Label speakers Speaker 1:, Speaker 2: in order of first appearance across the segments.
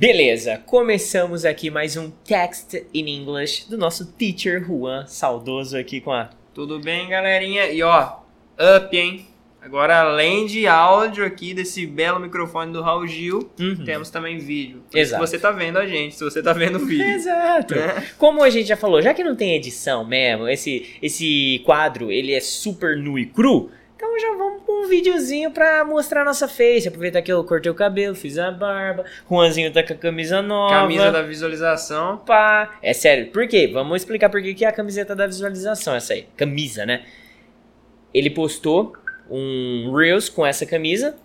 Speaker 1: Beleza, começamos aqui mais um Text in English do nosso teacher Juan, saudoso aqui com a.
Speaker 2: Tudo bem, galerinha? E ó, up, hein? Agora, além de áudio aqui desse belo microfone do Raul Gil,
Speaker 1: Uhum.
Speaker 2: temos também vídeo. Por
Speaker 1: Exato.
Speaker 2: isso você tá vendo a gente, se você tá vendo o vídeo.
Speaker 1: Exato!
Speaker 2: né?
Speaker 1: Como a gente já falou, já que não tem edição mesmo, esse, esse quadro ele é super nu e cru, então já vamos com um videozinho pra mostrar a nossa face. Aproveitar que eu cortei o cabelo, fiz a barba, Juanzinho tá com a camisa nova.
Speaker 2: Camisa da visualização.
Speaker 1: Opa! É sério, por quê? Vamos explicar por que que é a camiseta da visualização, essa aí. Camisa, né? Ele postou um Reels com essa camisa.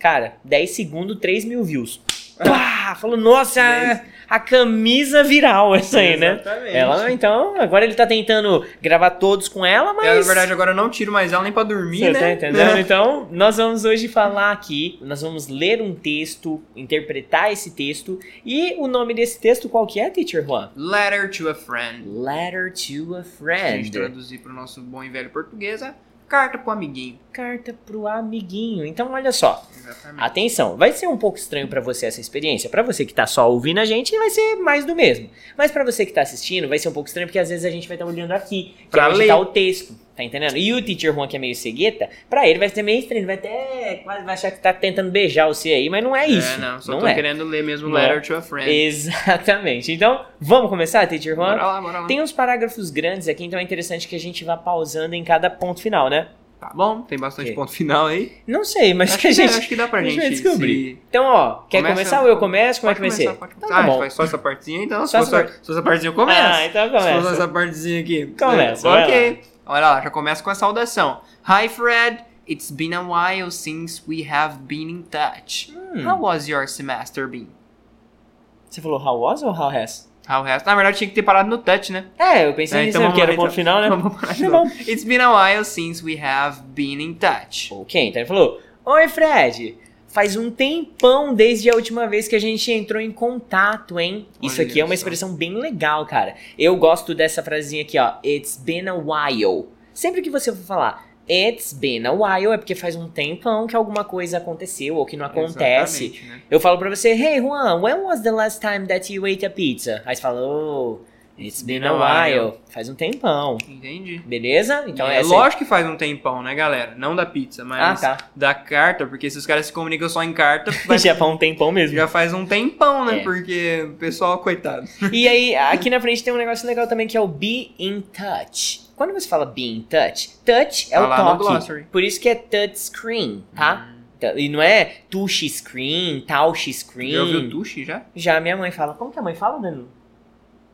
Speaker 1: Cara, 10 segundos, 3 mil views. Pá! Falou, nossa, a, a camisa viral essa aí, né?
Speaker 2: Exatamente.
Speaker 1: Ela, então, agora ele tá tentando gravar todos com ela, mas.
Speaker 2: Eu, na verdade, agora não tiro mais ela nem pra dormir,
Speaker 1: Você
Speaker 2: né?
Speaker 1: tá entendendo?
Speaker 2: Né?
Speaker 1: Então, nós vamos hoje falar aqui, nós vamos ler um texto, interpretar esse texto, e o nome desse texto qual que é, Teacher Juan?
Speaker 2: Letter to a Friend.
Speaker 1: Letter to a
Speaker 2: Se a
Speaker 1: Friend.
Speaker 2: gente traduzir pro nosso bom e velho português, é carta pro amiguinho.
Speaker 1: Carta pro amiguinho. Então, olha só.
Speaker 2: Exatamente.
Speaker 1: Atenção, vai ser um pouco estranho pra você essa experiência. Pra você que tá só ouvindo a gente, vai ser mais do mesmo. Mas pra você que tá assistindo, vai ser um pouco estranho porque às vezes a gente vai estar olhando aqui, que
Speaker 2: Pra
Speaker 1: é onde tá
Speaker 2: ler.
Speaker 1: o texto, tá entendendo? E o teacher Juan que é meio cegueta, pra ele vai ser meio estranho, ele vai até quase vai achar que tá tentando beijar você aí, mas não é isso.
Speaker 2: É, não, só tô querendo ler mesmo
Speaker 1: Não é.
Speaker 2: Letter to a Friend.
Speaker 1: Exatamente. Então, vamos começar, teacher Juan?
Speaker 2: Bora lá, bora lá.
Speaker 1: Tem uns parágrafos grandes aqui, então é interessante que a gente vá pausando em cada ponto final, né?
Speaker 2: Tá bom, tem bastante
Speaker 1: Ok.
Speaker 2: ponto final aí.
Speaker 1: Não sei, mas
Speaker 2: acho, que,
Speaker 1: a gente.
Speaker 2: acho que dá pra
Speaker 1: a gente
Speaker 2: gente
Speaker 1: vai descobrir.
Speaker 2: se-
Speaker 1: Então, ó, quer
Speaker 2: Começa-
Speaker 1: começar ou eu começo? Como é que vai
Speaker 2: Pode
Speaker 1: ser?
Speaker 2: começar a parte-
Speaker 1: Então,
Speaker 2: ah,
Speaker 1: tá
Speaker 2: a gente
Speaker 1: bom.
Speaker 2: faz só essa partezinha,
Speaker 1: Só
Speaker 2: então. Se for só,
Speaker 1: essa
Speaker 2: se for essa partezinha, eu começo.
Speaker 1: Ah, então
Speaker 2: se for só
Speaker 1: começa.
Speaker 2: essa partezinha aqui.
Speaker 1: Começa, vai
Speaker 2: Ok. Olha lá, já começa com a saudação. Hi, Fred. It's been a while since we have been in touch.
Speaker 1: Hum.
Speaker 2: How was your semester been?
Speaker 1: Você falou how was ou how has?
Speaker 2: How has... Na verdade, tinha que ter parado no touch, né?
Speaker 1: É, eu pensei
Speaker 2: É,
Speaker 1: nisso,
Speaker 2: então
Speaker 1: né,
Speaker 2: vamos
Speaker 1: porque era
Speaker 2: lá,
Speaker 1: o ponto
Speaker 2: então.
Speaker 1: final, né?
Speaker 2: Vamos parar de
Speaker 1: Tá
Speaker 2: novo. It's been a while since we have been in touch.
Speaker 1: Ok, então ele falou: Oi, Fred. Faz um tempão desde a última vez que a gente entrou em contato, hein? Isso
Speaker 2: Olha
Speaker 1: aqui é uma
Speaker 2: só.
Speaker 1: expressão bem legal, cara. Eu gosto dessa frasinha aqui, ó. It's been a while. Sempre que você for falar it's been a while, é porque faz um tempão que alguma coisa aconteceu ou que não acontece.
Speaker 2: Exatamente, né?
Speaker 1: Eu falo pra você, hey Juan, when was the last time that you ate a pizza? Aí você fala, oh, it's been a while. Faz um tempão.
Speaker 2: Entendi.
Speaker 1: Beleza? Então
Speaker 2: é
Speaker 1: essa-
Speaker 2: lógico que faz um tempão, né, galera? Não da pizza,
Speaker 1: Ah,
Speaker 2: mas
Speaker 1: tá.
Speaker 2: da carta, porque se os caras se comunicam só em carta, vai-
Speaker 1: Já faz um tempão mesmo.
Speaker 2: já faz um tempão, né?
Speaker 1: É.
Speaker 2: Porque o pessoal, coitado.
Speaker 1: E aí, aqui na frente tem um negócio legal também que é o be in touch. Quando você fala be in touch, touch é
Speaker 2: Tá
Speaker 1: o
Speaker 2: lá no Hum.
Speaker 1: toque.
Speaker 2: glossary.
Speaker 1: Por isso que é touch screen, tá? E não é touch screen, touch screen.
Speaker 2: Já ouviu tuche já?
Speaker 1: Já minha mãe fala. Como que a mãe fala, Danilo?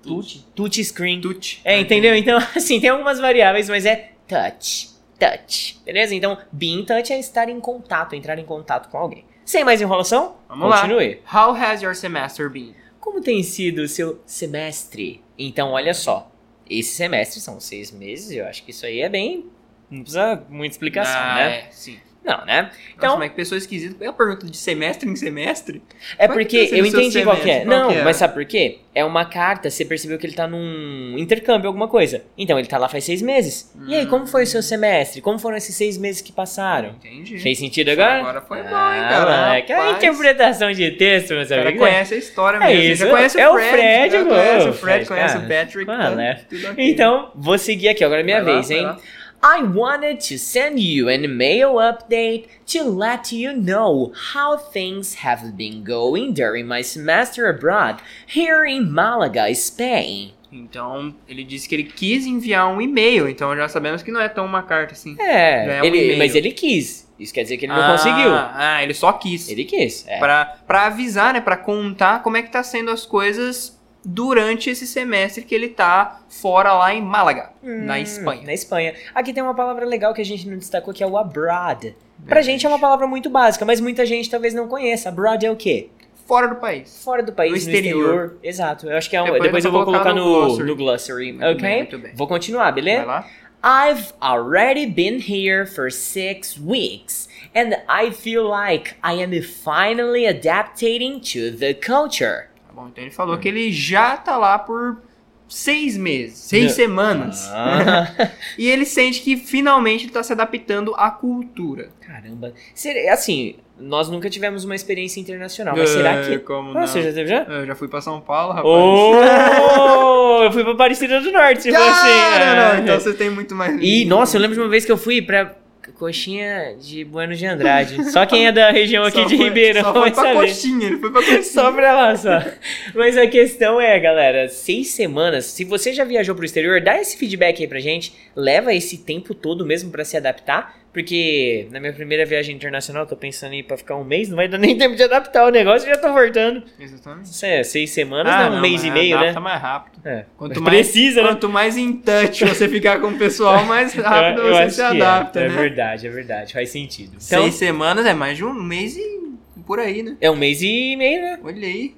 Speaker 1: Touch. Touch screen.
Speaker 2: Tute.
Speaker 1: É, entendeu? Então, assim, tem algumas variáveis, mas é touch. Touch. Beleza? Então, be in touch é estar em contato, entrar em contato com alguém. Sem mais enrolação,
Speaker 2: Vamos lá.
Speaker 1: continue.
Speaker 2: How has your semester been?
Speaker 1: Como tem sido o seu semestre? Então, olha só. Esse semestre são seis meses, eu acho que isso aí é bem. Não precisa muita explicação,
Speaker 2: ah,
Speaker 1: né?
Speaker 2: É, sim.
Speaker 1: Não, né?
Speaker 2: Então,
Speaker 1: Então-
Speaker 2: Nossa, mas que pessoa esquisita. Eu pergunto de semestre em semestre?
Speaker 1: É
Speaker 2: Como é que
Speaker 1: porque
Speaker 2: tem sido
Speaker 1: eu
Speaker 2: o seu
Speaker 1: entendi qual que é.
Speaker 2: semestre? Qual
Speaker 1: não,
Speaker 2: que é?
Speaker 1: mas sabe por quê? É uma carta, você percebeu que ele tá num intercâmbio, alguma coisa. Então, ele tá lá faz seis meses. E aí, como foi o seu semestre? Como foram esses seis meses que passaram?
Speaker 2: Entendi.
Speaker 1: Fez sentido agora?
Speaker 2: Agora foi bom, hein,
Speaker 1: Ah,
Speaker 2: cara?
Speaker 1: moleque, a
Speaker 2: Rapaz.
Speaker 1: interpretação de texto, meus
Speaker 2: O cara
Speaker 1: amigos. né?
Speaker 2: conhece a história
Speaker 1: É
Speaker 2: mesmo. Ele
Speaker 1: isso,
Speaker 2: já conhece
Speaker 1: é o
Speaker 2: o Fred.
Speaker 1: Fred,
Speaker 2: já
Speaker 1: pô,
Speaker 2: conhece
Speaker 1: o
Speaker 2: o Fred,
Speaker 1: Fred,
Speaker 2: conhece
Speaker 1: cara.
Speaker 2: o Patrick.
Speaker 1: Ah,
Speaker 2: tudo-
Speaker 1: né?
Speaker 2: tudo ok.
Speaker 1: Então, vou seguir aqui, agora é minha
Speaker 2: Vai lá,
Speaker 1: vez,
Speaker 2: vai
Speaker 1: hein?
Speaker 2: lá.
Speaker 1: I wanted to send you an email update to let you know how things have been going during my semester abroad here in Málaga, Spain.
Speaker 2: Então, ele disse que ele quis enviar um e-mail, então já sabemos que não é tão uma carta assim. Já
Speaker 1: É,
Speaker 2: é um
Speaker 1: ele-
Speaker 2: e-mail.
Speaker 1: mas ele quis. Isso quer dizer que ele não
Speaker 2: Ah,
Speaker 1: conseguiu.
Speaker 2: Ah, ele só quis.
Speaker 1: é, Ele quis. É.
Speaker 2: Pra, pra avisar, né? Pra contar como é que tá sendo as coisas durante esse semestre que ele tá fora lá em Málaga, na
Speaker 1: Hum,
Speaker 2: Espanha.
Speaker 1: Na Espanha. Aqui tem uma palavra legal que a gente não destacou que é o abroad. Pra gente é uma palavra muito básica, mas muita gente talvez não conheça. Abroad é o quê?
Speaker 2: Fora do país.
Speaker 1: Fora do país,
Speaker 2: No
Speaker 1: no exterior.
Speaker 2: exterior.
Speaker 1: Exato. Eu acho que é um. Depois,
Speaker 2: Depois eu
Speaker 1: eu vou
Speaker 2: vou
Speaker 1: colocar
Speaker 2: colocar no
Speaker 1: no,
Speaker 2: glossary.
Speaker 1: no glossary.
Speaker 2: Muito
Speaker 1: ok?
Speaker 2: bem, muito bem.
Speaker 1: Vou continuar,
Speaker 2: Vai
Speaker 1: beleza?
Speaker 2: lá.
Speaker 1: I've already been here for six weeks, and I feel like I am finally adaptating to the culture. Hum.
Speaker 2: Tá bom, então ele falou que ele já tá lá por seis meses, seis
Speaker 1: Não.
Speaker 2: semanas.
Speaker 1: Ah,
Speaker 2: E ele sente que finalmente ele tá se adaptando à cultura.
Speaker 1: caramba. Ser- assim, nós nunca tivemos uma experiência internacional, Tá,
Speaker 2: É.
Speaker 1: mas será que.
Speaker 2: Como
Speaker 1: Ah, você já teve já?
Speaker 2: Eu já fui pra São Paulo, rapaz.
Speaker 1: Oh, eu fui pra Aparecida do Norte, tipo assim.
Speaker 2: Cara,
Speaker 1: é.
Speaker 2: não, então você tem muito mais.
Speaker 1: E, nossa, eu lembro de uma vez que eu fui pra coxinha de Bueno de Andrade. Só quem é da região aqui
Speaker 2: Só
Speaker 1: de
Speaker 2: foi-
Speaker 1: Ribeirão
Speaker 2: Só
Speaker 1: vai
Speaker 2: foi pra
Speaker 1: saber.
Speaker 2: coxinha, ele foi pra coxinha.
Speaker 1: Só pra lá, só. Mas a questão é, galera, seis semanas, se você já viajou pro exterior, dá esse feedback aí pra gente, leva esse tempo todo mesmo pra se adaptar, porque na minha primeira viagem internacional, tô pensando em ir pra ficar um mês, não vai dar nem tempo de adaptar o negócio, eu já tô voltando.
Speaker 2: Exatamente.
Speaker 1: Isso é, seis semanas, dá um mês e
Speaker 2: Ah, mas
Speaker 1: meio,
Speaker 2: adapta
Speaker 1: né?
Speaker 2: mais rápido.
Speaker 1: É.
Speaker 2: Quanto
Speaker 1: Mas precisa, né?
Speaker 2: Quanto mais em touch você ficar com o pessoal, mais rápido
Speaker 1: Eu- eu
Speaker 2: você
Speaker 1: acho
Speaker 2: se
Speaker 1: que é.
Speaker 2: adapta,
Speaker 1: é,
Speaker 2: né?
Speaker 1: verdade, é verdade, faz sentido. Então,
Speaker 2: Seis semanas é mais de um mês e por aí, né?
Speaker 1: é um mês e meio, né?
Speaker 2: Olha aí.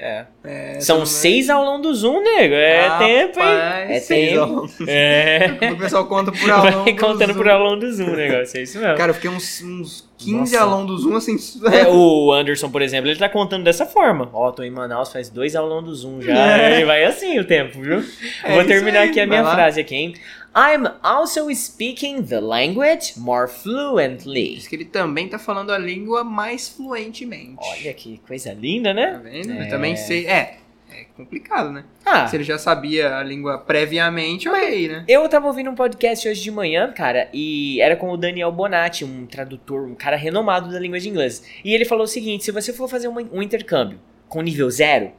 Speaker 1: É.
Speaker 2: É,
Speaker 1: São
Speaker 2: se não
Speaker 1: seis aulão do Zoom, nego. É
Speaker 2: Rapaz,
Speaker 1: tempo, hein? É
Speaker 2: seis
Speaker 1: tempo.
Speaker 2: aulões.
Speaker 1: É.
Speaker 2: O pessoal conta por aulão.
Speaker 1: Vai
Speaker 2: do
Speaker 1: contando
Speaker 2: Zoom.
Speaker 1: por aulão do Zoom o negócio, é isso mesmo.
Speaker 2: Cara, eu fiquei uns, uns 15
Speaker 1: Nossa.
Speaker 2: aulão do Zoom, assim...
Speaker 1: É, o Anderson, por exemplo, ele tá contando dessa forma. Ó, tô em Manaus, faz dois aulão do Zoom já. e vai assim o tempo, viu?
Speaker 2: É
Speaker 1: Vou
Speaker 2: isso
Speaker 1: terminar
Speaker 2: aí,
Speaker 1: aqui a
Speaker 2: vai
Speaker 1: minha
Speaker 2: lá.
Speaker 1: frase aqui, hein? I'm also speaking the language more fluently.
Speaker 2: Diz que ele também tá falando a língua mais fluentemente.
Speaker 1: Olha que coisa linda, né?
Speaker 2: Tá vendo?
Speaker 1: É.
Speaker 2: Eu também sei... É, é complicado, né?
Speaker 1: Ah,
Speaker 2: Se ele já sabia a língua previamente, ok, né?
Speaker 1: Eu tava ouvindo um podcast hoje de manhã, cara, e era com o Daniel Bonatti, um tradutor, um cara renomado da língua de inglês. E ele falou o seguinte: se você for fazer uma- um intercâmbio com nível zero,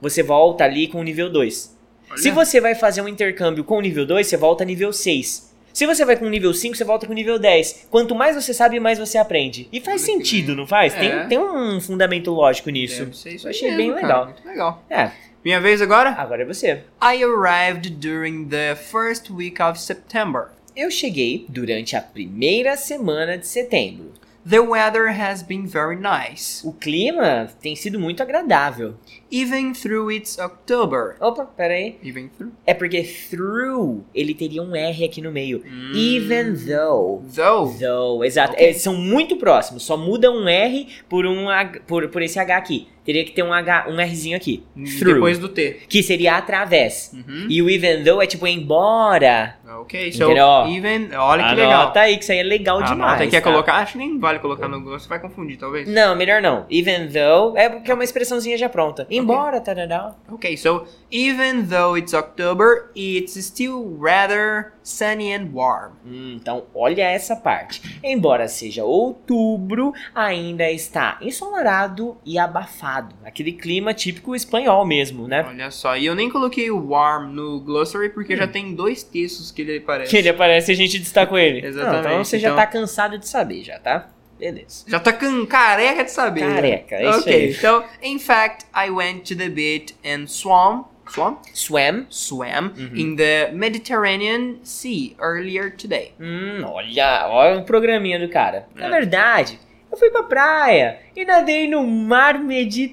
Speaker 1: você volta ali com nível 2. Se
Speaker 2: Olha,
Speaker 1: você vai fazer um intercâmbio com nível 2, você volta nível 6. Se você vai com nível 5, você volta com nível 10. Quanto mais você sabe, mais você aprende. E faz
Speaker 2: Olha que
Speaker 1: sentido,
Speaker 2: legal.
Speaker 1: não faz? Tem,
Speaker 2: É.
Speaker 1: tem um fundamento lógico nisso.
Speaker 2: deve ser isso
Speaker 1: Eu
Speaker 2: aí
Speaker 1: achei
Speaker 2: mesmo,
Speaker 1: bem
Speaker 2: cara,
Speaker 1: legal.
Speaker 2: Muito legal.
Speaker 1: É,
Speaker 2: Minha vez agora?
Speaker 1: agora é você.
Speaker 2: I arrived during the first week of September.
Speaker 1: Eu cheguei durante a primeira semana de setembro.
Speaker 2: The weather has been very nice,
Speaker 1: O clima tem sido muito agradável.
Speaker 2: even through its October.
Speaker 1: Opa, peraí.
Speaker 2: Even through?
Speaker 1: É porque through ele teria um R aqui no meio.
Speaker 2: Hum.
Speaker 1: Hmm. Even though.
Speaker 2: Though.
Speaker 1: Though, exato.
Speaker 2: Ok.
Speaker 1: É, são muito próximos, só muda um R por um H- por, por esse H aqui. Teria que ter um H, um Rzinho aqui. Through.
Speaker 2: Hum, Depois do T.
Speaker 1: Que seria através.
Speaker 2: Uhum.
Speaker 1: E o even though é tipo embora.
Speaker 2: Ok, so
Speaker 1: Entendeu? Ó.
Speaker 2: even... Olha que
Speaker 1: Anota
Speaker 2: legal.
Speaker 1: aí, que isso aí é legal
Speaker 2: Anota,
Speaker 1: demais.
Speaker 2: quer
Speaker 1: tá?
Speaker 2: colocar? Acho que nem vale colocar no Google, você vai confundir, talvez.
Speaker 1: Não, melhor não. Even though é porque é uma expressãozinha já pronta. Embora, tarará.
Speaker 2: Ok, so even though it's October, it's still rather sunny and warm.
Speaker 1: Hum, então, olha essa parte. Embora seja outubro, ainda está ensolarado e abafado. Aquele clima típico espanhol mesmo, né?
Speaker 2: Olha só, e eu nem coloquei o warm no glossary porque
Speaker 1: Hum.
Speaker 2: já tem dois textos que ele aparece.
Speaker 1: Que ele aparece e a gente destacou ele.
Speaker 2: Exatamente,
Speaker 1: Não, então você já
Speaker 2: então-
Speaker 1: tá cansado de saber, já, tá? Beleza.
Speaker 2: Já tá can... careca de saber. né?
Speaker 1: Careca, é isso
Speaker 2: Ok,
Speaker 1: aí.
Speaker 2: so in fact I went to the beach and swam, swam,
Speaker 1: Swam.
Speaker 2: swam
Speaker 1: Uhum.
Speaker 2: in the Mediterranean Sea earlier today.
Speaker 1: Hum, olha, olha o programinha do cara. Na
Speaker 2: É.
Speaker 1: verdade, eu fui pra praia e nadei no mar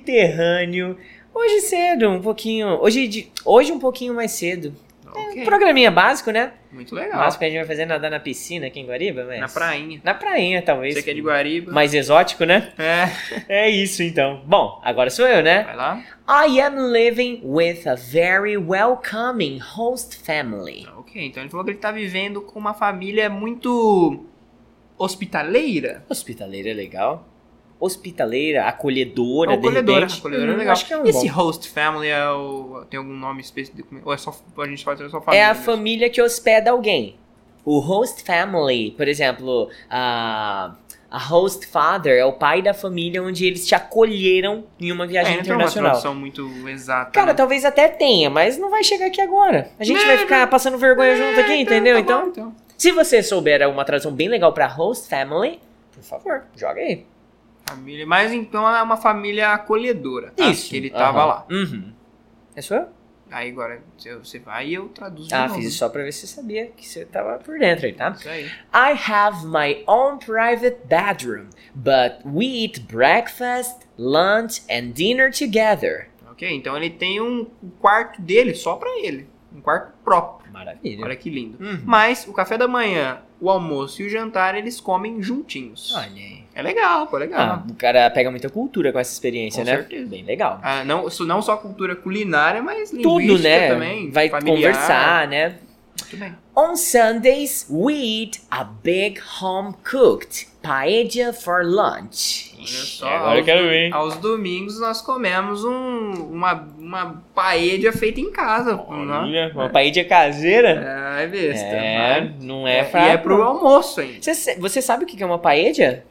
Speaker 1: Mediterrâneo. Hoje cedo, um pouquinho. Hoje, de- hoje um pouquinho mais cedo. Um
Speaker 2: Ok,
Speaker 1: Programinha básico, né?
Speaker 2: muito
Speaker 1: O
Speaker 2: legal.
Speaker 1: máximo que a gente vai fazer é nadar na piscina aqui em Guariba, mas...
Speaker 2: Na prainha.
Speaker 1: Na prainha, talvez.
Speaker 2: Você que é de Guariba.
Speaker 1: Mais exótico, né?
Speaker 2: É,
Speaker 1: É isso, então. Bom, agora sou eu, né?
Speaker 2: vai lá.
Speaker 1: I am living with a very welcoming host family.
Speaker 2: Ok, então ele falou que ele tá vivendo com uma família muito hospitaleira.
Speaker 1: Hospitaleira é legal. Hospitaleira, acolhedora,
Speaker 2: Ou acolhedora,
Speaker 1: de repente.
Speaker 2: acolhedora é
Speaker 1: Hum,
Speaker 2: legal.
Speaker 1: Acho que é um
Speaker 2: Esse
Speaker 1: bom.
Speaker 2: host family é o, tem algum nome específico? Ou é só a gente faz só família?
Speaker 1: É a
Speaker 2: mesmo?
Speaker 1: família que hospeda alguém. O host family, por exemplo, a... A host father é o pai da família onde eles te acolheram em uma
Speaker 2: É,
Speaker 1: viagem
Speaker 2: não tem uma
Speaker 1: internacional.
Speaker 2: tradução muito exata.
Speaker 1: Cara, tá
Speaker 2: né?
Speaker 1: talvez até tenha, mas não vai chegar aqui agora. A gente
Speaker 2: Não,
Speaker 1: vai ficar passando vergonha
Speaker 2: É,
Speaker 1: junto aqui, entendeu?
Speaker 2: tá
Speaker 1: Então,
Speaker 2: bom, Né, então.
Speaker 1: se você souber é uma tradução bem legal pra host family, por favor, joga aí.
Speaker 2: Família, mas então é uma família acolhedora. tá? Que ele tava
Speaker 1: aham.
Speaker 2: lá.
Speaker 1: Uhum. É sua?
Speaker 2: Aí agora se você vai e eu traduzo de
Speaker 1: Ah,
Speaker 2: novo.
Speaker 1: fiz isso só pra ver se você sabia que você tava por dentro aí, tá?
Speaker 2: Isso aí.
Speaker 1: I have my own private bedroom, but we eat breakfast, lunch and dinner together.
Speaker 2: Ok, então ele tem um quarto dele só pra ele. Um quarto próprio.
Speaker 1: Maravilha.
Speaker 2: Olha que lindo.
Speaker 1: Uhum.
Speaker 2: Mas o café da manhã, o almoço e o jantar eles comem juntinhos.
Speaker 1: Olha aí.
Speaker 2: É legal, pô, é legal.
Speaker 1: Ah, o cara pega muita cultura com essa experiência,
Speaker 2: Com
Speaker 1: né?
Speaker 2: certeza.
Speaker 1: Bem legal.
Speaker 2: Ah, não, isso não só cultura culinária, mas linguística
Speaker 1: Tudo, né?
Speaker 2: também.
Speaker 1: Vai
Speaker 2: familiar.
Speaker 1: conversar, né?
Speaker 2: Muito bem.
Speaker 1: On Sundays, we eat a big home cooked paella for lunch.
Speaker 2: Olha só,
Speaker 1: Agora eu quero ver. hein?
Speaker 2: Aos domingos nós comemos um- uma, uma paella feita em casa. né?
Speaker 1: Olha, uma paella caseira?
Speaker 2: É, é besta.
Speaker 1: É,
Speaker 2: mas-
Speaker 1: não
Speaker 2: É,
Speaker 1: é pra.
Speaker 2: e é pro almoço ainda.
Speaker 1: Você, você sabe o que que é uma paella?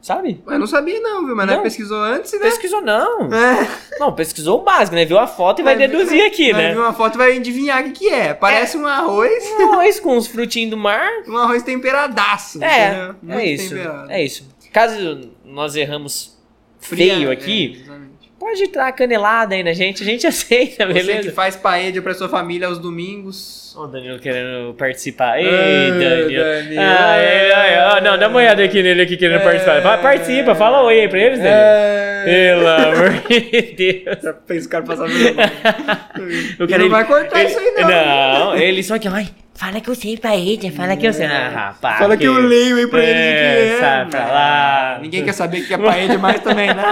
Speaker 1: Sabe?
Speaker 2: Eu não sabia não, viu? Mas não.
Speaker 1: Não.
Speaker 2: pesquisou antes, né?
Speaker 1: Pesquisou não.
Speaker 2: É,
Speaker 1: Não, pesquisou o básico, né? Viu a foto e vai
Speaker 2: É,
Speaker 1: deduzir aqui,
Speaker 2: vai
Speaker 1: né?
Speaker 2: ver uma foto e vai adivinhar o que que é. Parece um arroz,
Speaker 1: Um arroz com uns frutinhos do mar.
Speaker 2: um arroz temperadaço,
Speaker 1: É,
Speaker 2: entendeu?
Speaker 1: é
Speaker 2: Muito
Speaker 1: isso.
Speaker 2: temperado.
Speaker 1: É isso. Caso nós erramos
Speaker 2: Fria,
Speaker 1: feio
Speaker 2: é,
Speaker 1: aqui,
Speaker 2: exatamente.
Speaker 1: pode entrar a canelada aí na gente, a gente aceita,
Speaker 2: Você que
Speaker 1: beleza?
Speaker 2: faz paella pra sua família aos domingos.
Speaker 1: Ô, Danilo querendo participar. Ei, Ah, é,
Speaker 2: Ai, é.
Speaker 1: Danilo.
Speaker 2: Danilo.
Speaker 1: Ai, ai, ai, ó, não, dá uma olhada aqui nele aqui querendo participar. Vai, participa, fala oi aí pra eles, Danilo.
Speaker 2: É.
Speaker 1: Pelo amor de Deus.
Speaker 2: Já fez o cara passar vergonha.
Speaker 1: Eu
Speaker 2: Ele não vai cortar
Speaker 1: ele-
Speaker 2: isso aí, não.
Speaker 1: Não, eles só que, ai, fala que eu sei pra ele, fala que eu sei. Ah, rapaz.
Speaker 2: Fala que eu leio aí pra eles
Speaker 1: É,
Speaker 2: o que é.
Speaker 1: sai pra lá.
Speaker 2: Ninguém quer saber o que é paella mais também, né?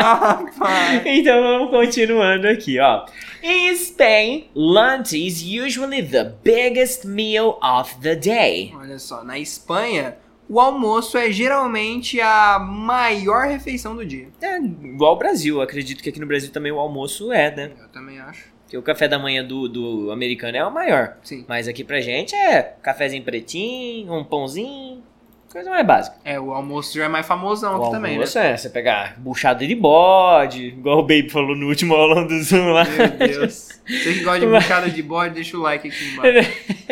Speaker 2: Rapaz.
Speaker 1: Então vamos continuando aqui, ó. In Spain, lunch is usually the biggest meal of the day.
Speaker 2: Olha só, na Espanha, o almoço é geralmente a maior refeição do dia.
Speaker 1: É igual ao Brasil, eu acredito que aqui no Brasil também o almoço é, né?
Speaker 2: Eu também acho.
Speaker 1: Porque o café da manhã do, do americano é o maior.
Speaker 2: Sim.
Speaker 1: Mas aqui pra gente é cafezinho pretinho, um pãozinho, coisa mais básica.
Speaker 2: É, o almoço já é mais famosão
Speaker 1: o
Speaker 2: aqui também, né?
Speaker 1: almoço é você pegar buchada de bode, igual o Baby falou no último aulão do Zoom lá.
Speaker 2: Meu Deus. Você que gosta de buchada de bode, deixa o like aqui
Speaker 1: É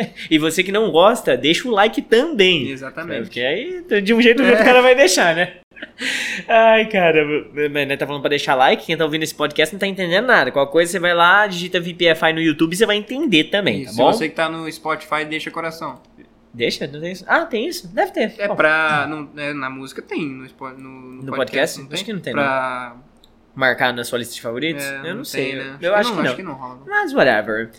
Speaker 2: embaixo.
Speaker 1: E você que não gosta, deixa o like também. É,
Speaker 2: Exatamente. É.
Speaker 1: porque aí, de um jeito ou de outro, o cara vai deixar, né? Ai, cara, mas né, tá falando pra deixar like, quem tá ouvindo esse podcast não tá entendendo nada. Qualquer coisa, você vai lá, digita VPFI no YouTube e você vai entender também,
Speaker 2: E
Speaker 1: tá
Speaker 2: se
Speaker 1: bom?
Speaker 2: você que tá no Spotify, deixa coração.
Speaker 1: Deixa, não tem isso? Ah, tem isso? Deve ter.
Speaker 2: É
Speaker 1: Bom,
Speaker 2: pra. Não, é, na música tem, no, spo- no, no
Speaker 1: No podcast?
Speaker 2: não tem?
Speaker 1: Acho que não tem,
Speaker 2: Pra,
Speaker 1: Marcar na sua lista de favoritos?
Speaker 2: é,
Speaker 1: Eu não, sei,
Speaker 2: tem,
Speaker 1: eu,
Speaker 2: né?
Speaker 1: eu acho que
Speaker 2: Acho
Speaker 1: não.
Speaker 2: que não rola. não.
Speaker 1: Mas whatever.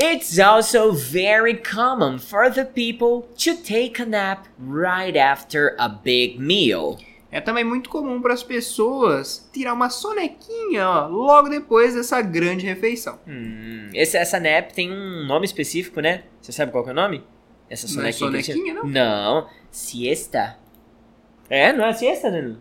Speaker 1: It's also very common for the people to take a nap right after a big meal.
Speaker 2: É também muito comum para as pessoas tirar uma sonequinha ó, logo depois dessa grande refeição.
Speaker 1: Hum, esse- essa nap tem um nome específico, né? Você sabe qual que é o nome? Essa
Speaker 2: Não é
Speaker 1: sonequinha. que você-
Speaker 2: sonequinha, não?
Speaker 1: Não, siesta. É, não é siesta, Danilo?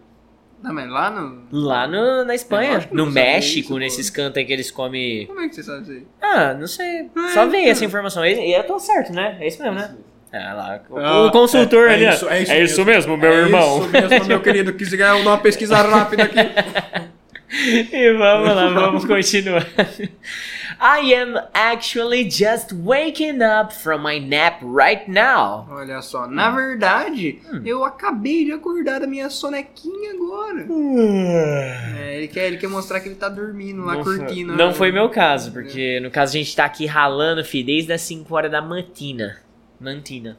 Speaker 2: Não, mas Tá lá no.
Speaker 1: Lá no- na
Speaker 2: Eu
Speaker 1: Espanha,
Speaker 2: acho que eu
Speaker 1: no
Speaker 2: não sabia
Speaker 1: México,
Speaker 2: isso, pô.
Speaker 1: nesses cantos aí que eles comem...
Speaker 2: Como é que você sabe isso aí?
Speaker 1: Ah, não sei,
Speaker 2: É,
Speaker 1: só veio
Speaker 2: então.
Speaker 1: essa informação. E e eu tô certo, né? É isso mesmo, né? Ah lá, o,
Speaker 2: Ah,
Speaker 1: o consultor
Speaker 2: é- é
Speaker 1: ali, ó.
Speaker 2: isso- é isso
Speaker 1: mesmo,
Speaker 2: É Isso mesmo, meu querido, que se ganhar, eu dou uma pesquisa rápida aqui.
Speaker 1: E vamos lá, vamos continuar. I am actually just waking up from my nap right now.
Speaker 2: Olha só, na verdade,
Speaker 1: Hum.
Speaker 2: eu acabei de acordar da minha sonequinha agora.
Speaker 1: Não
Speaker 2: É, ele, quer, ele quer mostrar que ele tá dormindo lá,
Speaker 1: foi-
Speaker 2: curtindo.
Speaker 1: Não
Speaker 2: né?
Speaker 1: foi meu caso, porque no caso a gente tá aqui ralando, fi, desde as 5 horas da matina. Mantina,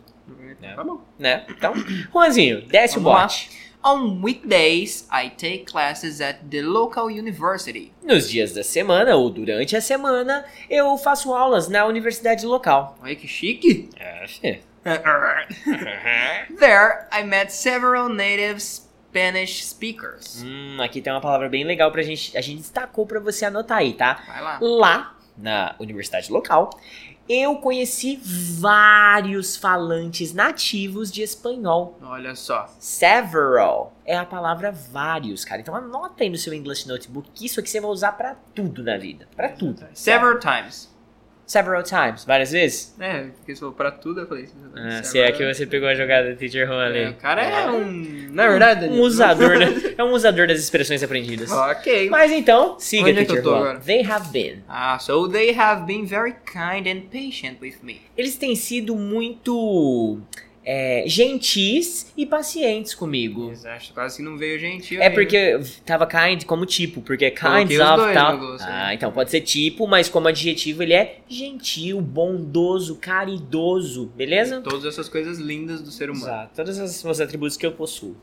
Speaker 2: É, Tá bom.
Speaker 1: né? Então, Juanzinho, desce o
Speaker 2: Vamos lá.
Speaker 1: bote.
Speaker 2: On weekdays, I take classes at the local university.
Speaker 1: Nos dias da semana ou durante a semana, eu faço aulas na universidade local.
Speaker 2: Olha que chique!
Speaker 1: É, fi.
Speaker 2: There, I met several native Spanish speakers.
Speaker 1: Hum, aqui tem uma palavra bem legal pra gente. A gente destacou pra você anotar aí, tá?
Speaker 2: Vai lá.
Speaker 1: lá na universidade local, eu conheci vários falantes nativos de espanhol.
Speaker 2: Olha só.
Speaker 1: Several é a palavra vários, cara. Então anota aí no seu English Notebook que isso aqui você vai usar pra tudo na vida, Pra tudo.
Speaker 2: Several times.
Speaker 1: Several times, várias vezes.
Speaker 2: É, porque você falou pra tudo, eu falei.
Speaker 1: Ah,
Speaker 2: several-
Speaker 1: se é que você pegou a jogada do Teacher Juan ali.
Speaker 2: É, o cara é um. Na verdade,
Speaker 1: um usador, né? É um usador das expressões aprendidas.
Speaker 2: ok.
Speaker 1: Mas então, siga,
Speaker 2: Onde é que eu
Speaker 1: Teacher
Speaker 2: tô
Speaker 1: Juan.
Speaker 2: agora?
Speaker 1: They have been.
Speaker 2: Ah, so they have been very kind and patient with me.
Speaker 1: eles têm sido muito é, gentis e pacientes comigo.
Speaker 2: Exato, quase que não veio gentil.
Speaker 1: É
Speaker 2: hein?
Speaker 1: porque tava kind como tipo, porque kind
Speaker 2: Coloquei os
Speaker 1: of
Speaker 2: dois
Speaker 1: tal.
Speaker 2: no gosto, né?
Speaker 1: Ah, então pode ser tipo, mas como adjetivo ele é gentil, bondoso, caridoso, beleza?
Speaker 2: Todas essas coisas lindas do ser humano.
Speaker 1: Exato, todos os meus atributos que eu possuo.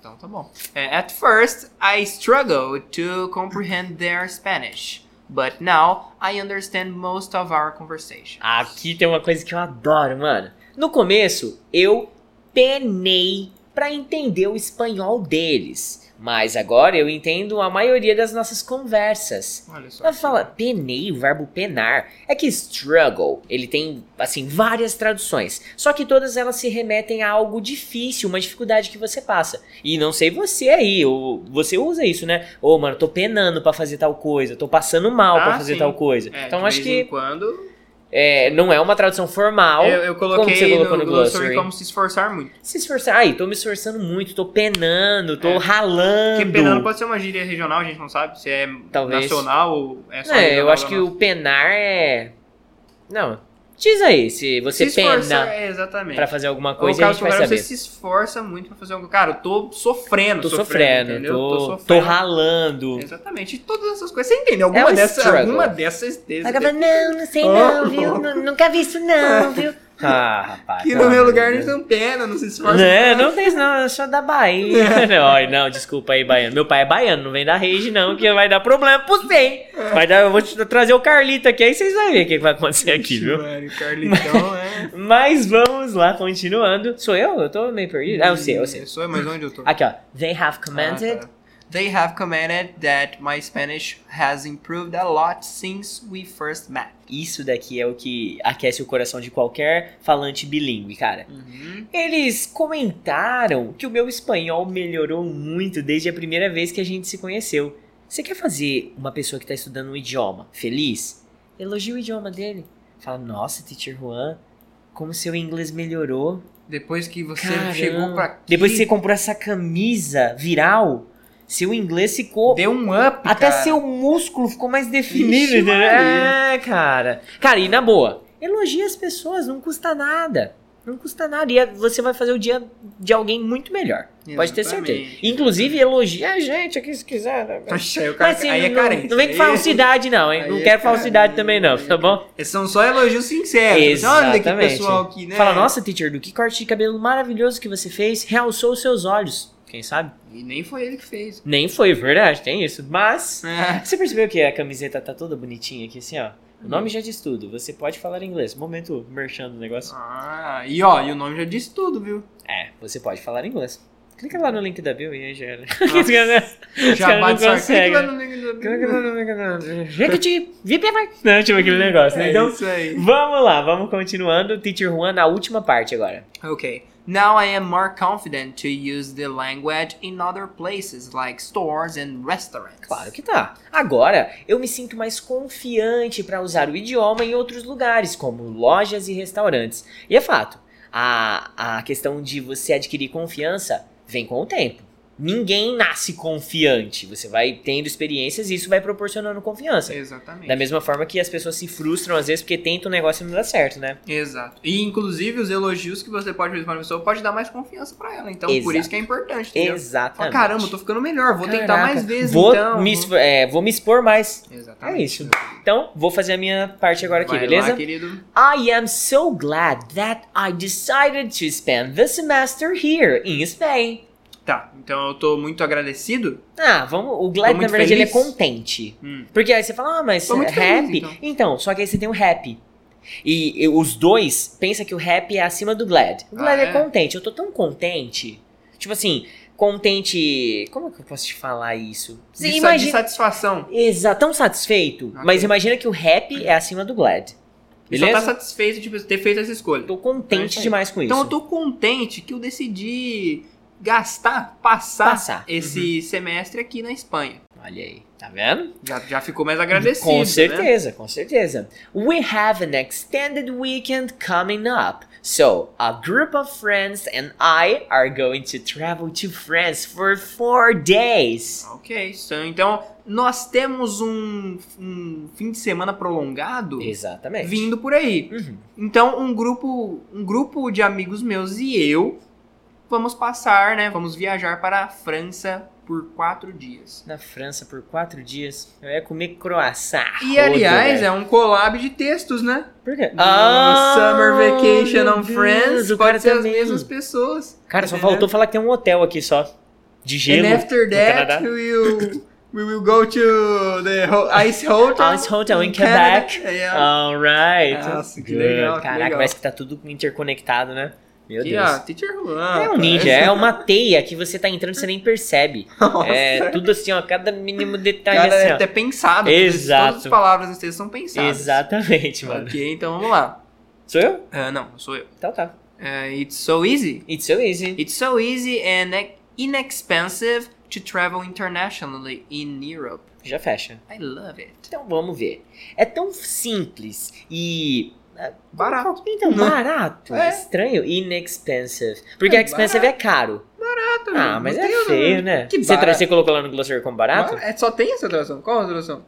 Speaker 2: Então tá bom. É, At first, I struggled to comprehend their Spanish, but now I understand most of our conversation.
Speaker 1: Aqui tem uma coisa que eu adoro, mano. No começo, eu penei para entender o espanhol deles. Mas agora eu entendo a maioria das nossas conversas.
Speaker 2: Olha só.
Speaker 1: Ela fala penei, o verbo penar. É que struggle, ele tem, assim, várias traduções. Só que todas elas se remetem a algo difícil, uma dificuldade que você passa. E não sei você aí, ou você usa isso, né? Ô, mano, tô penando pra fazer tal coisa, tô passando mal pra
Speaker 2: Ah,
Speaker 1: fazer
Speaker 2: sim.
Speaker 1: tal coisa.
Speaker 2: É,
Speaker 1: então
Speaker 2: de
Speaker 1: acho
Speaker 2: vez em É.
Speaker 1: que
Speaker 2: quando.
Speaker 1: é, não é uma tradução formal.
Speaker 2: Eu, eu coloquei
Speaker 1: Como que você colocou
Speaker 2: no,
Speaker 1: no
Speaker 2: glossary
Speaker 1: glossary?
Speaker 2: como se esforçar muito.
Speaker 1: Se esforçar. Ai, tô me esforçando muito, tô penando, tô
Speaker 2: É.
Speaker 1: ralando.
Speaker 2: Porque penando pode ser uma gíria regional, a gente não sabe se é
Speaker 1: Talvez.
Speaker 2: nacional ou é só
Speaker 1: É,
Speaker 2: regional
Speaker 1: eu acho
Speaker 2: da
Speaker 1: que
Speaker 2: nossa.
Speaker 1: o penar é. Não. Diz aí, se você
Speaker 2: se esforçar,
Speaker 1: pena
Speaker 2: é, exatamente.
Speaker 1: pra fazer alguma
Speaker 2: Ou o
Speaker 1: coisa, a
Speaker 2: caso
Speaker 1: gente vai
Speaker 2: contrário,
Speaker 1: saber.
Speaker 2: você se esforça muito pra fazer algo. Cara, eu tô sofrendo,
Speaker 1: Tô
Speaker 2: sofrendo,
Speaker 1: sofrendo,
Speaker 2: entendeu?
Speaker 1: tô, tô
Speaker 2: sofrendo.
Speaker 1: ralando.
Speaker 2: Exatamente. E todas essas coisas. Você entende? Alguma
Speaker 1: um
Speaker 2: dessas.
Speaker 1: struggle.
Speaker 2: Alguma dessas. desse-
Speaker 1: Ela fala, não, não sei
Speaker 2: Oh.
Speaker 1: não, viu? Nu- Nunca vi isso não, viu? Ah, rapaz.
Speaker 2: Que
Speaker 1: pelo
Speaker 2: no meu
Speaker 1: amor de
Speaker 2: lugar
Speaker 1: Deus.
Speaker 2: eles não pena, não É. se esforçam.
Speaker 1: É,
Speaker 2: Ah,
Speaker 1: Não, não tem isso não, eu sou da Bahia. não, não, desculpa aí, baiano. Meu pai é baiano, não vem da rede não, que vai dar problema pro você, hein?
Speaker 2: É.
Speaker 1: Vai dar, eu vou te trazer o Carlito aqui, aí vocês vão ver o que que vai acontecer aqui, viu?
Speaker 2: Mano, o Carlitão é.
Speaker 1: Mas vamos lá, continuando. Sou eu? Eu tô meio perdido? Ah, eu sei, eu sei.
Speaker 2: Sou, mas onde eu tô?
Speaker 1: Aqui, ó. They have
Speaker 2: Ah,
Speaker 1: commented.
Speaker 2: tá. They have commented that my Spanish has improved a lot since we first met.
Speaker 1: Isso daqui é o que aquece o coração de qualquer falante bilíngue, cara. Uhum. Eles comentaram que o meu espanhol melhorou muito desde a primeira vez que a gente se conheceu. Você quer fazer uma pessoa que tá estudando um idioma feliz? Elogia o idioma dele. Fala, nossa, teacher Juan, como seu inglês melhorou.
Speaker 2: Depois que você
Speaker 1: Caramba.
Speaker 2: chegou pra aqui,
Speaker 1: Depois que você comprou essa camisa viral, seu inglês ficou.
Speaker 2: deu um up,
Speaker 1: Até
Speaker 2: cara.
Speaker 1: seu músculo ficou mais definido,
Speaker 2: Ixi,
Speaker 1: entendeu?
Speaker 2: Maria.
Speaker 1: É, cara. Cara, e na boa, elogia as pessoas, não custa nada. Não custa nada. E é- você vai fazer o dia de alguém muito melhor. Pode ter certeza.
Speaker 2: Exatamente.
Speaker 1: Inclusive, elogia a gente aqui se quiser. né?
Speaker 2: Oxe, aí o cara-
Speaker 1: Mas assim,
Speaker 2: aí é
Speaker 1: não,
Speaker 2: carência.
Speaker 1: não vem um com
Speaker 2: Aí-
Speaker 1: falsidade, não, hein?
Speaker 2: aí
Speaker 1: Não
Speaker 2: é
Speaker 1: quero falsidade
Speaker 2: carência.
Speaker 1: também, não, tá bom?
Speaker 2: Esses São só elogios sinceros. Olha que
Speaker 1: Exatamente.
Speaker 2: pessoal aqui, né?
Speaker 1: Fala, nossa, teacher, do que corte de cabelo maravilhoso que você fez, realçou os seus olhos. Quem sabe?
Speaker 2: E nem foi ele que fez.
Speaker 1: Nem foi, verdade, tem isso. Mas.
Speaker 2: Ah,
Speaker 1: Você percebeu que a camiseta tá toda bonitinha aqui, assim, ó? O nome já diz tudo, você pode falar inglês. Momento merchando o negócio.
Speaker 2: Ah, e ó, e o nome já disse tudo, viu?
Speaker 1: É, você pode falar inglês. Clica lá no link da bio e aí já era.
Speaker 2: Já
Speaker 1: caras não
Speaker 2: bate só
Speaker 1: conseguem.
Speaker 2: clica lá no link da bio.
Speaker 1: Jequiti, vipi, vai. Não, tipo aquele negócio, né?
Speaker 2: É
Speaker 1: Então,
Speaker 2: isso aí.
Speaker 1: vamos lá, vamos continuando. Teacher Juan na última parte agora.
Speaker 2: Okay. Now I am more confident to use the language in other places like stores and restaurants.
Speaker 1: Claro que tá. Agora, eu me sinto mais confiante para usar o idioma em outros lugares, como lojas e restaurantes. E é fato, a, a questão de você adquirir confiança vem com o tempo. Ninguém nasce confiante. Você vai tendo experiências e isso vai proporcionando confiança.
Speaker 2: Exatamente.
Speaker 1: Da mesma forma que as pessoas se frustram às vezes porque tentam um negócio e não dá certo, né?
Speaker 2: Exato. E inclusive os elogios que você pode fazer para uma pessoa pode dar mais confiança para ela. Então por
Speaker 1: Exato.
Speaker 2: isso que é importante. entendeu? Fala,
Speaker 1: Exatamente.
Speaker 2: caramba, eu tô ficando melhor, vou tentar
Speaker 1: É, Caraca,
Speaker 2: mais vezes
Speaker 1: vou
Speaker 2: então.
Speaker 1: Me, esfor- é, vou me expor mais.
Speaker 2: Exatamente.
Speaker 1: É isso. Então, vou fazer a minha parte agora aqui,
Speaker 2: Vai
Speaker 1: beleza?
Speaker 2: Lá, querido.
Speaker 1: I am so glad that I decided to spend the semester here in Spain.
Speaker 2: Tá, então eu tô muito agradecido.
Speaker 1: Ah, vamos. O glad, na
Speaker 2: muito
Speaker 1: verdade, ele é
Speaker 2: feliz.
Speaker 1: contente.
Speaker 2: Hum.
Speaker 1: Porque aí você fala, ah, mas
Speaker 2: Tô muito
Speaker 1: happy.
Speaker 2: feliz, então.
Speaker 1: então. só que aí você tem o happy. E, e os dois pensa que o happy é acima do glad. O glad
Speaker 2: Ah,
Speaker 1: é?
Speaker 2: é?
Speaker 1: contente. Eu tô tão contente. Tipo assim, contente. Como é que eu posso te falar isso? Você
Speaker 2: de, sa- de
Speaker 1: imagina.
Speaker 2: satisfação.
Speaker 1: Exa, tão satisfeito.
Speaker 2: Ok.
Speaker 1: Mas imagina que o happy é acima do glad.
Speaker 2: Ele só
Speaker 1: Beleza?
Speaker 2: tá satisfeito de ter feito essa escolha.
Speaker 1: Tô
Speaker 2: É
Speaker 1: contente
Speaker 2: isso aí.
Speaker 1: demais com
Speaker 2: Então
Speaker 1: isso.
Speaker 2: eu tô contente que eu decidi gastar, passar,
Speaker 1: Passar. Uhum.
Speaker 2: esse semestre aqui na Espanha.
Speaker 1: Olha aí, tá vendo?
Speaker 2: Já, já ficou mais agradecido.
Speaker 1: com
Speaker 2: Né?
Speaker 1: certeza, com certeza. We have an extended weekend coming up. So, a group of friends and I are going to travel to France for four days.
Speaker 2: Ok, so, então nós temos um, um fim de semana prolongado
Speaker 1: Exatamente.
Speaker 2: vindo por aí.
Speaker 1: Uhum.
Speaker 2: Então um grupo, um grupo de amigos meus e eu vamos passar, né? Vamos viajar para a França por quatro dias.
Speaker 1: Na França por quatro dias. Eu ia comer croissant. né?
Speaker 2: E aliás, é um collab de textos, né?
Speaker 1: Por quê?
Speaker 2: Ah, Summer Vacation
Speaker 1: meu
Speaker 2: on
Speaker 1: Deus,
Speaker 2: Friends
Speaker 1: o cara
Speaker 2: pode
Speaker 1: um
Speaker 2: ser
Speaker 1: também.
Speaker 2: as mesmas né? pessoas.
Speaker 1: Cara, só
Speaker 2: Entendeu?
Speaker 1: faltou falar que tem um hotel aqui só. De gelo.
Speaker 2: And after
Speaker 1: no
Speaker 2: that,
Speaker 1: Canadá.
Speaker 2: we will, we will go to the ho- Ice Hotel.
Speaker 1: Ice Hotel in
Speaker 2: Canada.
Speaker 1: Quebec. Ah,
Speaker 2: Yeah.
Speaker 1: Alright.
Speaker 2: Nossa, que
Speaker 1: Good.
Speaker 2: legal, que
Speaker 1: Caraca,
Speaker 2: legal.
Speaker 1: parece que tá tudo interconectado, né? Meu
Speaker 2: Aqui,
Speaker 1: Deus.
Speaker 2: ó, teacher Juan.
Speaker 1: É um ninja, é uma teia que você tá entrando e você nem percebe. É tudo assim, ó, cada mínimo detalhe
Speaker 2: Cara, é
Speaker 1: assim,
Speaker 2: até pensado. tudo isso- Todas
Speaker 1: Exato.
Speaker 2: as palavras dos textos são
Speaker 1: ó.
Speaker 2: pensadas.
Speaker 1: Exatamente, mano.
Speaker 2: Ok, então vamos lá.
Speaker 1: Sou eu?
Speaker 2: Ah, não, sou eu.
Speaker 1: Então tá.
Speaker 2: Ah, it's so easy.
Speaker 1: It's so easy.
Speaker 2: It's so easy and e- inexpensive to travel internationally in Europe.
Speaker 1: Já fecha.
Speaker 2: I love it.
Speaker 1: Então vamos ver. É tão simples e.
Speaker 2: Barato.
Speaker 1: Então,
Speaker 2: Não.
Speaker 1: barato.
Speaker 2: É.
Speaker 1: Estranho. Inexpensive. Porque
Speaker 2: É
Speaker 1: expensive é caro. Ah, mas
Speaker 2: Não
Speaker 1: é
Speaker 2: tem-
Speaker 1: feio, né?
Speaker 2: Que
Speaker 1: você, tra-
Speaker 2: barato.
Speaker 1: você colocou lá no glossário como barato?
Speaker 2: Ah, é, só tem essa tradução. Qual a tradução?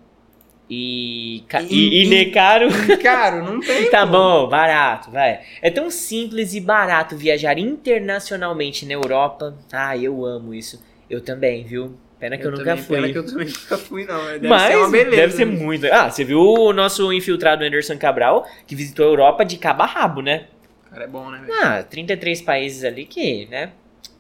Speaker 1: E. Ca...
Speaker 2: In-
Speaker 1: E, e
Speaker 2: in-
Speaker 1: nem caro.
Speaker 2: Caro, não tem.
Speaker 1: Tá
Speaker 2: pô.
Speaker 1: bom, barato, vai. É tão simples e barato viajar internacionalmente na Europa. Ah, eu amo isso. Eu também, viu? Pena É que eu, nunca
Speaker 2: também-
Speaker 1: fui.
Speaker 2: Pena que eu também nunca fui, não. Deve
Speaker 1: Mas
Speaker 2: ser uma beleza.
Speaker 1: deve ser
Speaker 2: né?
Speaker 1: muito legal. Ah, você viu o nosso infiltrado Anderson Cabral, que visitou a Europa de cabo a rabo, né?
Speaker 2: Cara, é bom, né, velho?
Speaker 1: Ah, 33 países ali que, né?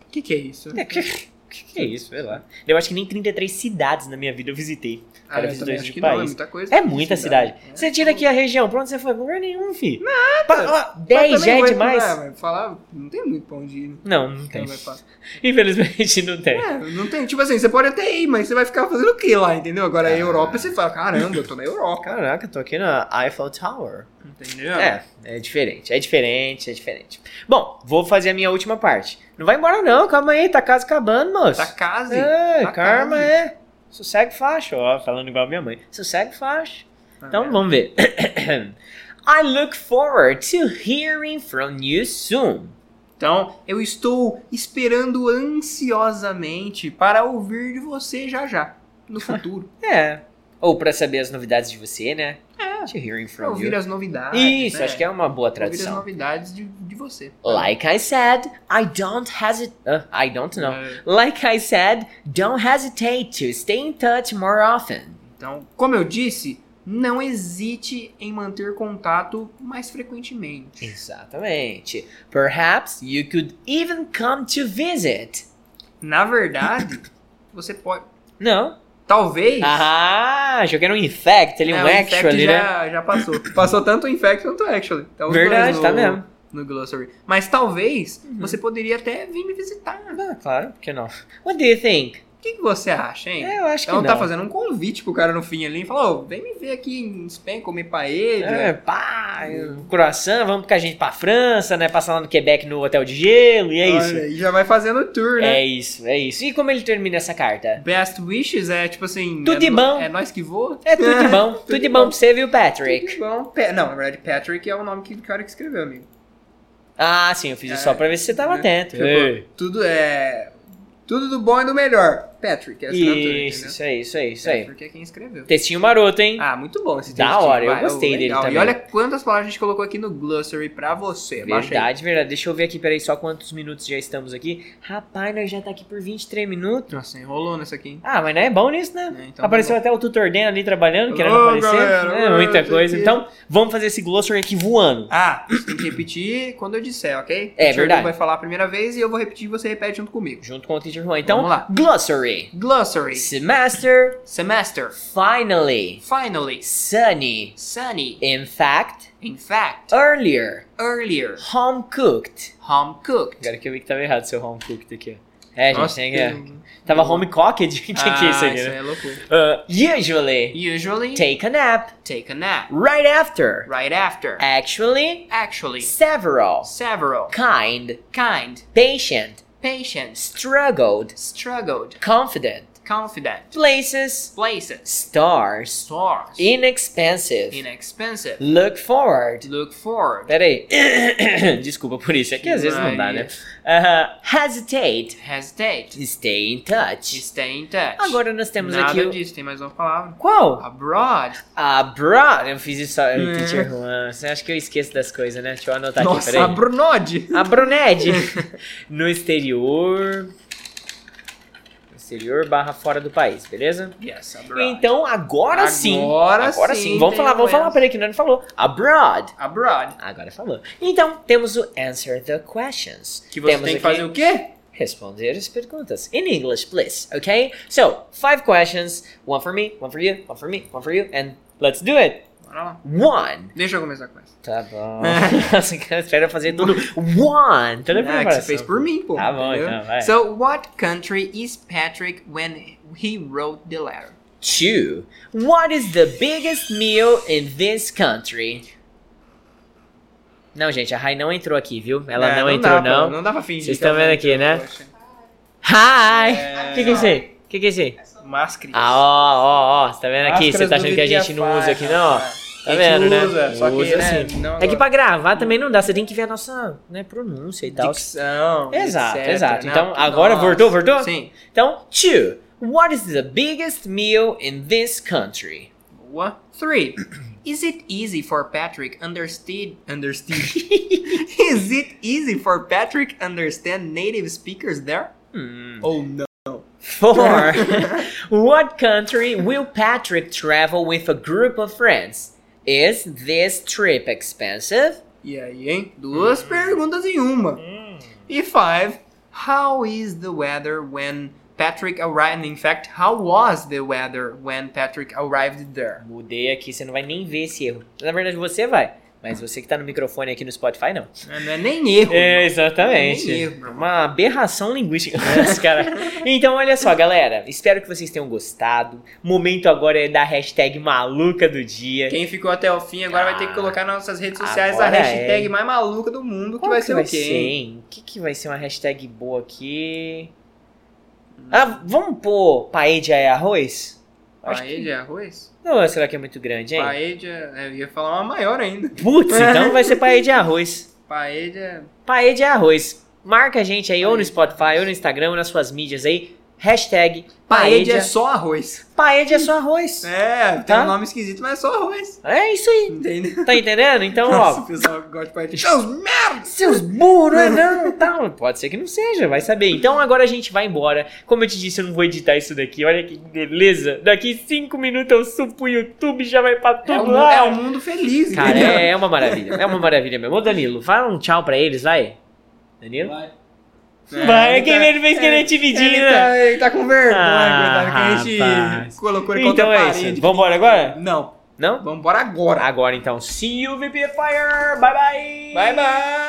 Speaker 2: O que, que é isso?
Speaker 1: É, que, que que é isso, sei lá. Eu acho que nem 33 cidades na minha vida eu visitei.
Speaker 2: Ah,
Speaker 1: Cara,
Speaker 2: eu
Speaker 1: esses
Speaker 2: também
Speaker 1: dois
Speaker 2: acho
Speaker 1: de
Speaker 2: que não, é
Speaker 1: país.
Speaker 2: muita coisa.
Speaker 1: É muita cidade.
Speaker 2: É.
Speaker 1: Você tira aqui a região, pra onde você foi? Pra lugar nenhum, fi. Nada!
Speaker 2: Mas
Speaker 1: 10
Speaker 2: também
Speaker 1: já é
Speaker 2: vai-
Speaker 1: demais.
Speaker 2: ah, vai falar, não tem muito pra onde ir. né?
Speaker 1: Não, não tem.
Speaker 2: Então vai falar.
Speaker 1: Infelizmente não tem.
Speaker 2: É, não tem. Tipo assim, você pode até ir, mas você vai ficar fazendo o que lá, entendeu? Agora a
Speaker 1: Ah.
Speaker 2: Europa, você fala, caramba, eu tô na Europa.
Speaker 1: Caraca, tô aqui na Eiffel Tower.
Speaker 2: Entendeu?
Speaker 1: É, é diferente, é diferente, é diferente. Bom, vou fazer a minha última parte. Não vai embora não, calma aí, tá quase acabando, moço.
Speaker 2: Tá quase.
Speaker 1: É,
Speaker 2: tá
Speaker 1: karma
Speaker 2: quase.
Speaker 1: é. Sossego faixa, ó, falando igual a minha mãe. Sossego faixa.
Speaker 2: Tá Ah, é.
Speaker 1: Então vamos ver. I look forward to hearing from you soon.
Speaker 2: Então, eu estou esperando ansiosamente para ouvir de você já já, no futuro.
Speaker 1: É. Ou pra saber as novidades de você, né? É. To hearing
Speaker 2: Pra
Speaker 1: from
Speaker 2: ouvir
Speaker 1: you.
Speaker 2: as novidades.
Speaker 1: Isso,
Speaker 2: né?
Speaker 1: acho que é uma boa
Speaker 2: Ouvir as
Speaker 1: tradução.
Speaker 2: novidades de, de você.
Speaker 1: Like I said, I don't hesitate. I don't know.
Speaker 2: É,
Speaker 1: Like I said, don't hesitate to stay in touch more often.
Speaker 2: Então, como eu disse, não hesite em manter contato mais frequentemente.
Speaker 1: Exatamente. Perhaps you could even come to visit.
Speaker 2: Na verdade, você pode.
Speaker 1: Não?
Speaker 2: Talvez.
Speaker 1: Ah, joguei no infect ali,
Speaker 2: É,
Speaker 1: um
Speaker 2: o
Speaker 1: action
Speaker 2: Infect
Speaker 1: ali, né?
Speaker 2: já, já passou. passou tanto o Infect quanto o Actually. Tá os dois
Speaker 1: Verdade,
Speaker 2: no-
Speaker 1: tá mesmo. Uhum.
Speaker 2: No Glossary. Mas talvez você poderia até vir me visitar. O
Speaker 1: Ah, claro, por que não? What do you think?
Speaker 2: que, que você acha, hein?
Speaker 1: É, eu acho que
Speaker 2: Então
Speaker 1: não.
Speaker 2: tá fazendo um convite pro cara no fim ali e falou, vem me ver aqui em Spain comer paella.
Speaker 1: É, pá, croissant, vamos com a gente pra França, né? Passar lá no Quebec no hotel de gelo, e é isso.
Speaker 2: Olha, E já vai fazendo o tour, né?
Speaker 1: É isso, é isso. E como ele termina essa carta?
Speaker 2: Best wishes é tipo assim.
Speaker 1: Tudo
Speaker 2: é
Speaker 1: de
Speaker 2: no-
Speaker 1: bom.
Speaker 2: É nós que voa.
Speaker 1: É tudo de bom, tudo de bom pra você, viu,
Speaker 2: Tudo
Speaker 1: Patrick?
Speaker 2: de bom. Pa- Não, na verdade, Patrick é o nome que o cara que escreveu, amigo.
Speaker 1: Ah, sim, eu fiz isso só pra ver se você tava
Speaker 2: É.
Speaker 1: atento.
Speaker 2: Tipo, tudo é. Tudo do bom e do melhor. Patrick, é a assinatura,
Speaker 1: Isso, isso aí, isso aí, isso aí.
Speaker 2: Patrick é quem escreveu.
Speaker 1: Textinho maroto, hein?
Speaker 2: Ah, muito bom esse
Speaker 1: Da
Speaker 2: textinho,
Speaker 1: hora, eu
Speaker 2: vai,
Speaker 1: gostei
Speaker 2: legal.
Speaker 1: dele também.
Speaker 2: E olha quantas palavras a gente colocou aqui no Glossary pra você. Baixa aí.
Speaker 1: verdade, verdade. Deixa eu ver aqui, peraí, só quantos minutos já estamos aqui. Rapaz, nós já tá aqui por 23 minutos.
Speaker 2: Nossa, enrolou nessa aqui, hein?
Speaker 1: Ah, mas não é bom nisso, né?
Speaker 2: É, então
Speaker 1: Apareceu até o tutor Dan ali trabalhando, querendo
Speaker 2: Ô,
Speaker 1: aparecer.
Speaker 2: galera,
Speaker 1: é,
Speaker 2: ô,
Speaker 1: muita
Speaker 2: isso
Speaker 1: coisa.
Speaker 2: aqui.
Speaker 1: Então, vamos fazer esse glossary aqui voando.
Speaker 2: Ah, você tem que repetir quando eu disser, ok?
Speaker 1: É,
Speaker 2: O Thiago
Speaker 1: verdade.
Speaker 2: vai falar a primeira vez e eu vou repetir e você repete junto comigo.
Speaker 1: Junto com o teacher Juan. Então,
Speaker 2: Vamos lá.
Speaker 1: glossary.
Speaker 2: Glossary.
Speaker 1: Semester,
Speaker 2: Semester.
Speaker 1: finally,
Speaker 2: Finally.
Speaker 1: sunny.
Speaker 2: Sunny.
Speaker 1: In fact,
Speaker 2: In fact.
Speaker 1: earlier,
Speaker 2: Earlier.
Speaker 1: home cooked.
Speaker 2: Home cooked.
Speaker 1: Agora que eu vi que tava errado seu home cooked aqui, ó. É, gente,
Speaker 2: Nossa,
Speaker 1: tem
Speaker 2: que-
Speaker 1: que... Tava eh, home cooked? O que, que é isso
Speaker 2: Ah,
Speaker 1: aqui, né?
Speaker 2: é loucura.
Speaker 1: Uh, usually,
Speaker 2: Usually.
Speaker 1: take a nap
Speaker 2: Take a nap.
Speaker 1: right after.
Speaker 2: Right after.
Speaker 1: Actually,
Speaker 2: Actually.
Speaker 1: several.
Speaker 2: Several.
Speaker 1: Kind,
Speaker 2: Kind.
Speaker 1: patient,
Speaker 2: Patience.
Speaker 1: struggled,
Speaker 2: Struggled.
Speaker 1: confident.
Speaker 2: Confident.
Speaker 1: Places,
Speaker 2: Places.
Speaker 1: stars,
Speaker 2: Stores.
Speaker 1: inexpensive.
Speaker 2: Inexpensive.
Speaker 1: Look forward.
Speaker 2: Look forward.
Speaker 1: Pera aí. Desculpa por isso, é que às vezes não dá, né? Aham. eh? Uh-huh. hesitate,
Speaker 2: Hesitate.
Speaker 1: stay in touch.
Speaker 2: Stay in touch.
Speaker 1: Agora nós temos
Speaker 2: Nada
Speaker 1: aqui o...
Speaker 2: disso, tem mais uma palavra.
Speaker 1: Qual?
Speaker 2: Abroad.
Speaker 1: Abroad. Eu fiz isso.
Speaker 2: É.
Speaker 1: Eu, teacher Juan. Você acha que eu esqueço das coisas, né? Deixa eu anotar aqui,
Speaker 2: Nossa,
Speaker 1: peraí.
Speaker 2: abronod.
Speaker 1: A Bruned. no exterior. Exterior barra fora do país, beleza?
Speaker 2: Yes, abroad.
Speaker 1: Então, agora, sim.
Speaker 2: Agora
Speaker 1: Agora
Speaker 2: sim,
Speaker 1: sim. Vamos falar,
Speaker 2: tem um
Speaker 1: vamos falar.
Speaker 2: essa.
Speaker 1: Peraí, que não falou. Abroad.
Speaker 2: Abroad.
Speaker 1: Agora falou. Então, temos o answer the questions.
Speaker 2: Que você
Speaker 1: temos
Speaker 2: tem que
Speaker 1: aqui-
Speaker 2: fazer o quê?
Speaker 1: responder as perguntas. In English, please. Okay? So, five questions. One for me, one for you, one for me, one for you, and let's do it.
Speaker 2: Bora lá.
Speaker 1: One.
Speaker 2: Deixa eu começar com essa.
Speaker 1: Tá bom. Nossa, cara, espera fazer tudo. One. Toda a
Speaker 2: Ah, que você
Speaker 1: preparação.
Speaker 2: fez por mim, pô.
Speaker 1: Tá bom,
Speaker 2: entendeu?
Speaker 1: então, vai.
Speaker 2: So, what country is Patrick when he wrote the letter?
Speaker 1: Two. What is the biggest meal in this country? Não, gente, a Rai não entrou aqui, viu? Ela
Speaker 2: É,
Speaker 1: não,
Speaker 2: dá
Speaker 1: entrou,
Speaker 2: pra-
Speaker 1: não.
Speaker 2: Não dá pra fingir.
Speaker 1: Vocês
Speaker 2: que ela
Speaker 1: tão vendo
Speaker 2: não
Speaker 1: aqui,
Speaker 2: entrou,
Speaker 1: né?
Speaker 2: poxa.
Speaker 1: Hi!
Speaker 2: É.
Speaker 1: Que que é isso aí? Que que é isso aí?
Speaker 2: Máscaras.
Speaker 1: Ah, ó, ó, ó. Você tá vendo aqui?
Speaker 2: Máscaras
Speaker 1: Você tá
Speaker 2: do é
Speaker 1: achando que a
Speaker 2: Vigia
Speaker 1: gente não
Speaker 2: Faz,
Speaker 1: usa aqui, não? ó?
Speaker 2: rapaz.
Speaker 1: Tá
Speaker 2: A gente
Speaker 1: vendo, né?
Speaker 2: usa, só que, né,
Speaker 1: sim.
Speaker 2: não
Speaker 1: é que
Speaker 2: agora.
Speaker 1: pra gravar também não dá, você tem que ver a nossa né, pronúncia e tal.
Speaker 2: Dicção,
Speaker 1: Exato,
Speaker 2: etc,
Speaker 1: exato.
Speaker 2: né?
Speaker 1: Então, agora
Speaker 2: Nossa.
Speaker 1: voltou, voltou?
Speaker 2: Sim.
Speaker 1: Então, two. What is the biggest meal in this country?
Speaker 2: Boa. Three. Is it easy for Patrick understood understood? Is it easy for Patrick understand native speakers there?
Speaker 1: Hmm.
Speaker 2: Oh no.
Speaker 1: Four. what country will Patrick travel with a group of friends? Is this trip expensive?
Speaker 2: E aí, hein? Duas perguntas em uma. E five. How is the weather when Patrick arrived? In fact, how was the weather when Patrick arrived there?
Speaker 1: Mudei aqui, você não vai nem ver esse erro. Na verdade, você vai. Mas você que tá no microfone aqui no Spotify, não.
Speaker 2: Não é nem erro.
Speaker 1: É,
Speaker 2: Não é nem
Speaker 1: exatamente.
Speaker 2: erro, meu irmão.
Speaker 1: Uma aberração linguística. Nossa, cara. Então, olha só, galera. Espero que vocês tenham gostado. Momento agora é da hashtag maluca do dia.
Speaker 2: Quem ficou até o fim agora vai ter que
Speaker 1: Ah,
Speaker 2: colocar nas nossas redes sociais a
Speaker 1: agora
Speaker 2: hashtag
Speaker 1: é.
Speaker 2: mais maluca do mundo, que
Speaker 1: Qual
Speaker 2: vai ser o quê? hein?
Speaker 1: hein? O que, que vai ser uma hashtag boa aqui? Ah, vamos pôr paella e arroz? Acho que-
Speaker 2: Paella de arroz?
Speaker 1: Ou será que é muito grande, hein?
Speaker 2: Paella, é, eu ia falar uma maior ainda.
Speaker 1: Putz, então vai ser paella e arroz.
Speaker 2: Paella, é-
Speaker 1: Paella e arroz. Marca a gente aí, ou no
Speaker 2: Paella.
Speaker 1: Spotify, ou no Instagram, ou nas suas mídias aí. Hashtag
Speaker 2: paella é
Speaker 1: paella.
Speaker 2: só arroz.
Speaker 1: Paella é só arroz.
Speaker 2: É, tem
Speaker 1: Tá?
Speaker 2: um nome esquisito, mas é só arroz.
Speaker 1: É isso aí.
Speaker 2: Entendeu?
Speaker 1: Tá entendendo? Então,
Speaker 2: Nossa,
Speaker 1: ó.
Speaker 2: o pessoal que gosta de é paella. Seus merda!
Speaker 1: Seus burros, né? não, tal. Pode ser que não seja, vai saber. Então agora a gente vai embora. Como eu te disse, eu não vou editar isso daqui. Olha que beleza. Daqui cinco minutos eu subo pro YouTube já vai pra
Speaker 2: É
Speaker 1: todo
Speaker 2: um,
Speaker 1: lado.
Speaker 2: é um mundo feliz,
Speaker 1: Cara,
Speaker 2: entendeu?
Speaker 1: é, é uma maravilha. É uma maravilha mesmo. Ô, Danilo, fala um tchau pra eles, vai. Danilo?
Speaker 3: Vai.
Speaker 1: Vai,
Speaker 2: É,
Speaker 1: quem
Speaker 2: tá-
Speaker 1: ele fez querer te
Speaker 2: Ele,
Speaker 1: pedir, né?
Speaker 2: tá, ele tá com vergonha,
Speaker 1: Ah,
Speaker 2: coitado, que a
Speaker 1: rapaz.
Speaker 2: gente colocou ele tá-
Speaker 1: Então
Speaker 2: contra a
Speaker 1: é
Speaker 2: parede.
Speaker 1: isso. Vambora agora?
Speaker 2: Não,
Speaker 1: Não?
Speaker 2: vambora agora.
Speaker 1: Agora então. See you, VP Fire. Bye bye.
Speaker 2: bye!